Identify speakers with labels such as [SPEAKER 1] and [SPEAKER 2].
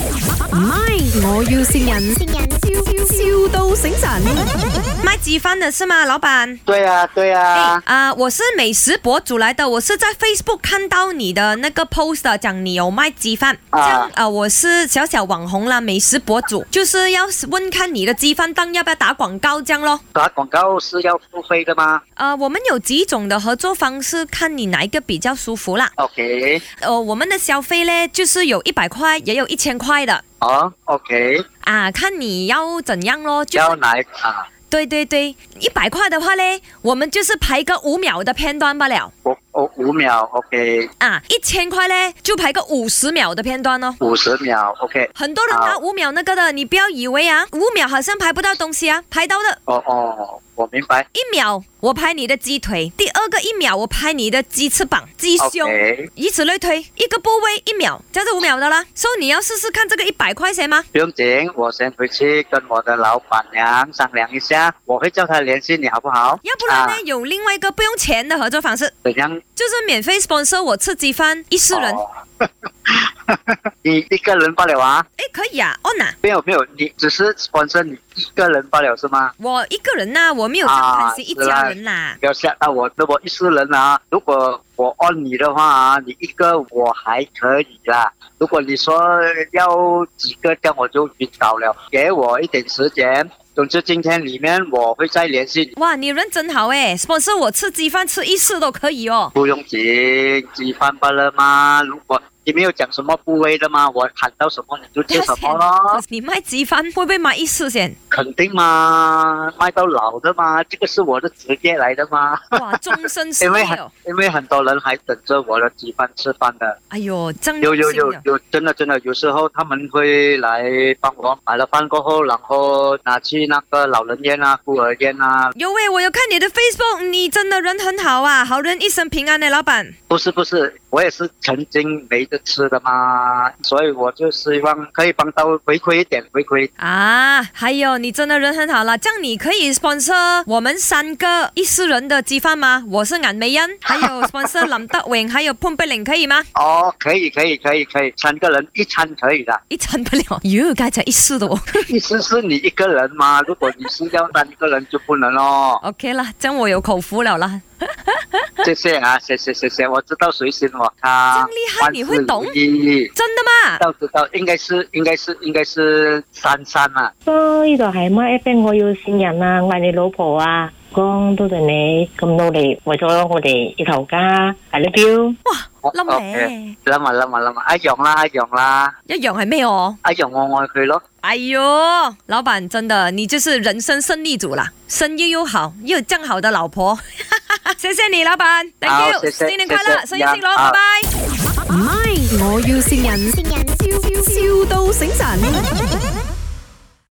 [SPEAKER 1] 唔係，我要善人，笑笑到醒神。
[SPEAKER 2] 卖鸡饭的是吗，老板？
[SPEAKER 3] 对呀、对呀、
[SPEAKER 2] 哎啊、我是美食博主来的，我是在 Facebook 看到你的那个 post，的讲你有卖鸡饭。
[SPEAKER 3] 啊
[SPEAKER 2] 这样啊、我是小小网红啦，美食博主，就是要问看你的鸡饭档要不要打广告这样咯。
[SPEAKER 3] 打广告是要付费的吗
[SPEAKER 2] 呃，我们有几种的合作方式，看你哪一个比较舒服啦。
[SPEAKER 3] ？OK，
[SPEAKER 2] 呃，我们的消费呢，就是有一百块，也有一千块的。
[SPEAKER 3] 哦，OK，
[SPEAKER 2] 啊，看你要怎样咯，就
[SPEAKER 3] 要
[SPEAKER 2] 是
[SPEAKER 3] 来啊，
[SPEAKER 2] 对对对，一百块的话嘞，我们就是排个五秒的片段罢了。
[SPEAKER 3] 五五五秒，OK，
[SPEAKER 2] 啊，一千块嘞就排个五十秒的片段哦。
[SPEAKER 3] 五十秒，OK，
[SPEAKER 2] 很多人拿
[SPEAKER 3] 好
[SPEAKER 2] 五秒那个的，你不要以为啊，五秒好像排不到东西啊，排到的
[SPEAKER 3] 哦哦，我明白
[SPEAKER 2] 一秒我拍你的鸡腿，第二个一秒我拍你的鸡翅膀、鸡胸。
[SPEAKER 3] ，OK，
[SPEAKER 2] 以此类推，一个部位一秒，这样就五秒的啦。所、以你要试试看这个一百块钱吗？
[SPEAKER 3] 不用紧，我先回去跟我的老板娘商量一下，我会叫她联系你好不好？
[SPEAKER 2] 要不然呢，
[SPEAKER 3] 啊
[SPEAKER 2] 有另外一个不用钱的合作方式，
[SPEAKER 3] 怎样？
[SPEAKER 2] 就是免费 sponsor 我吃鸡饭一世人。
[SPEAKER 3] 哦 你一个人罢了啊？
[SPEAKER 2] 诶，可以啊，哦呐，
[SPEAKER 3] 没有没有，你只是本身你一个人罢了是吗？
[SPEAKER 2] 我一个人呐、我没有这样贪心，一
[SPEAKER 3] 啊是啊
[SPEAKER 2] 家人啦。
[SPEAKER 3] 不要吓到我，那我一世人啊，如果我按你的话啊，你一个我还可以啦。如果你说要几个，这样我就晕倒了。给我一点时间，总之今天里面我会再联系你。
[SPEAKER 2] 哇，你人真好诶 s p o n s o r 我吃鸡饭吃一世都可以哦。
[SPEAKER 3] 不用急，鸡饭罢了吗？如果你没有讲什么部位的吗？我喊到什么你就接什么 咯，
[SPEAKER 2] 你卖鸡饭会不会买一世先？
[SPEAKER 3] 肯定嘛，卖到老的嘛，这个是我的职业来的嘛。
[SPEAKER 2] 哇，终身事
[SPEAKER 3] 因为
[SPEAKER 2] 业
[SPEAKER 3] 很
[SPEAKER 2] 哦！
[SPEAKER 3] 因为很多人还等着我的鸡饭吃饭的。
[SPEAKER 2] 哎呦，真
[SPEAKER 3] 有有
[SPEAKER 2] 幸
[SPEAKER 3] 有
[SPEAKER 2] 啊
[SPEAKER 3] 有，真的真的，有时候他们会来帮我买了饭过后，然后拿去那个老人院啊、孤儿院啊。
[SPEAKER 2] 有喂，我有看你的 Facebook，你真的人很好啊，好人一生平安呢，老板。
[SPEAKER 3] 不是不是，我也是曾经没得吃的嘛，所以我就希望可以帮到回馈一点，回馈一点
[SPEAKER 2] 啊，还有你真的人很好啦，这样你可以 sponsor 我们三个一世人的鸡饭吗？我是颜美恩，还有 sponsor 林德荣，还有潘碧玲，可以吗？
[SPEAKER 3] 哦，可以可以可以可以，三个人一餐可以的。
[SPEAKER 2] 一餐不了，哟，该才一世的哦。
[SPEAKER 3] 意思是你一个人嘛，如果你是要三个人就不能咯。
[SPEAKER 2] OK 啦，这样我有口福了啦。
[SPEAKER 3] 谢谢啊，谢谢谢谢，我知道谁信我
[SPEAKER 2] 这
[SPEAKER 3] 他
[SPEAKER 2] 样。厉害，你会懂
[SPEAKER 3] 万？事如意
[SPEAKER 2] 真的吗？
[SPEAKER 3] 到知道，应该是應該是應該是珊珊啊，
[SPEAKER 4] 哦呢度係乜 FM，我要線人啊，嗌你老婆啊，講多謝你咁努力，為咗我哋呢頭家係你標。
[SPEAKER 3] 我
[SPEAKER 2] 冧
[SPEAKER 3] 啊
[SPEAKER 2] 你
[SPEAKER 3] 冧埋冧埋冧埋，阿勇啦阿勇啦，
[SPEAKER 2] 一樣係咩哦？
[SPEAKER 3] 阿勇我愛佢咯，
[SPEAKER 2] 哎呦，老板真的，你就是人生胜利组啦，生意又好，又有这样好的老婆， 谢谢你，老板
[SPEAKER 3] 好
[SPEAKER 2] ，Thank you，
[SPEAKER 3] 谢谢
[SPEAKER 2] 新年快乐，
[SPEAKER 3] 谢谢
[SPEAKER 2] 生意兴隆，
[SPEAKER 3] 好
[SPEAKER 2] 拜拜。
[SPEAKER 1] 唔係，我要善人，笑笑到醒神。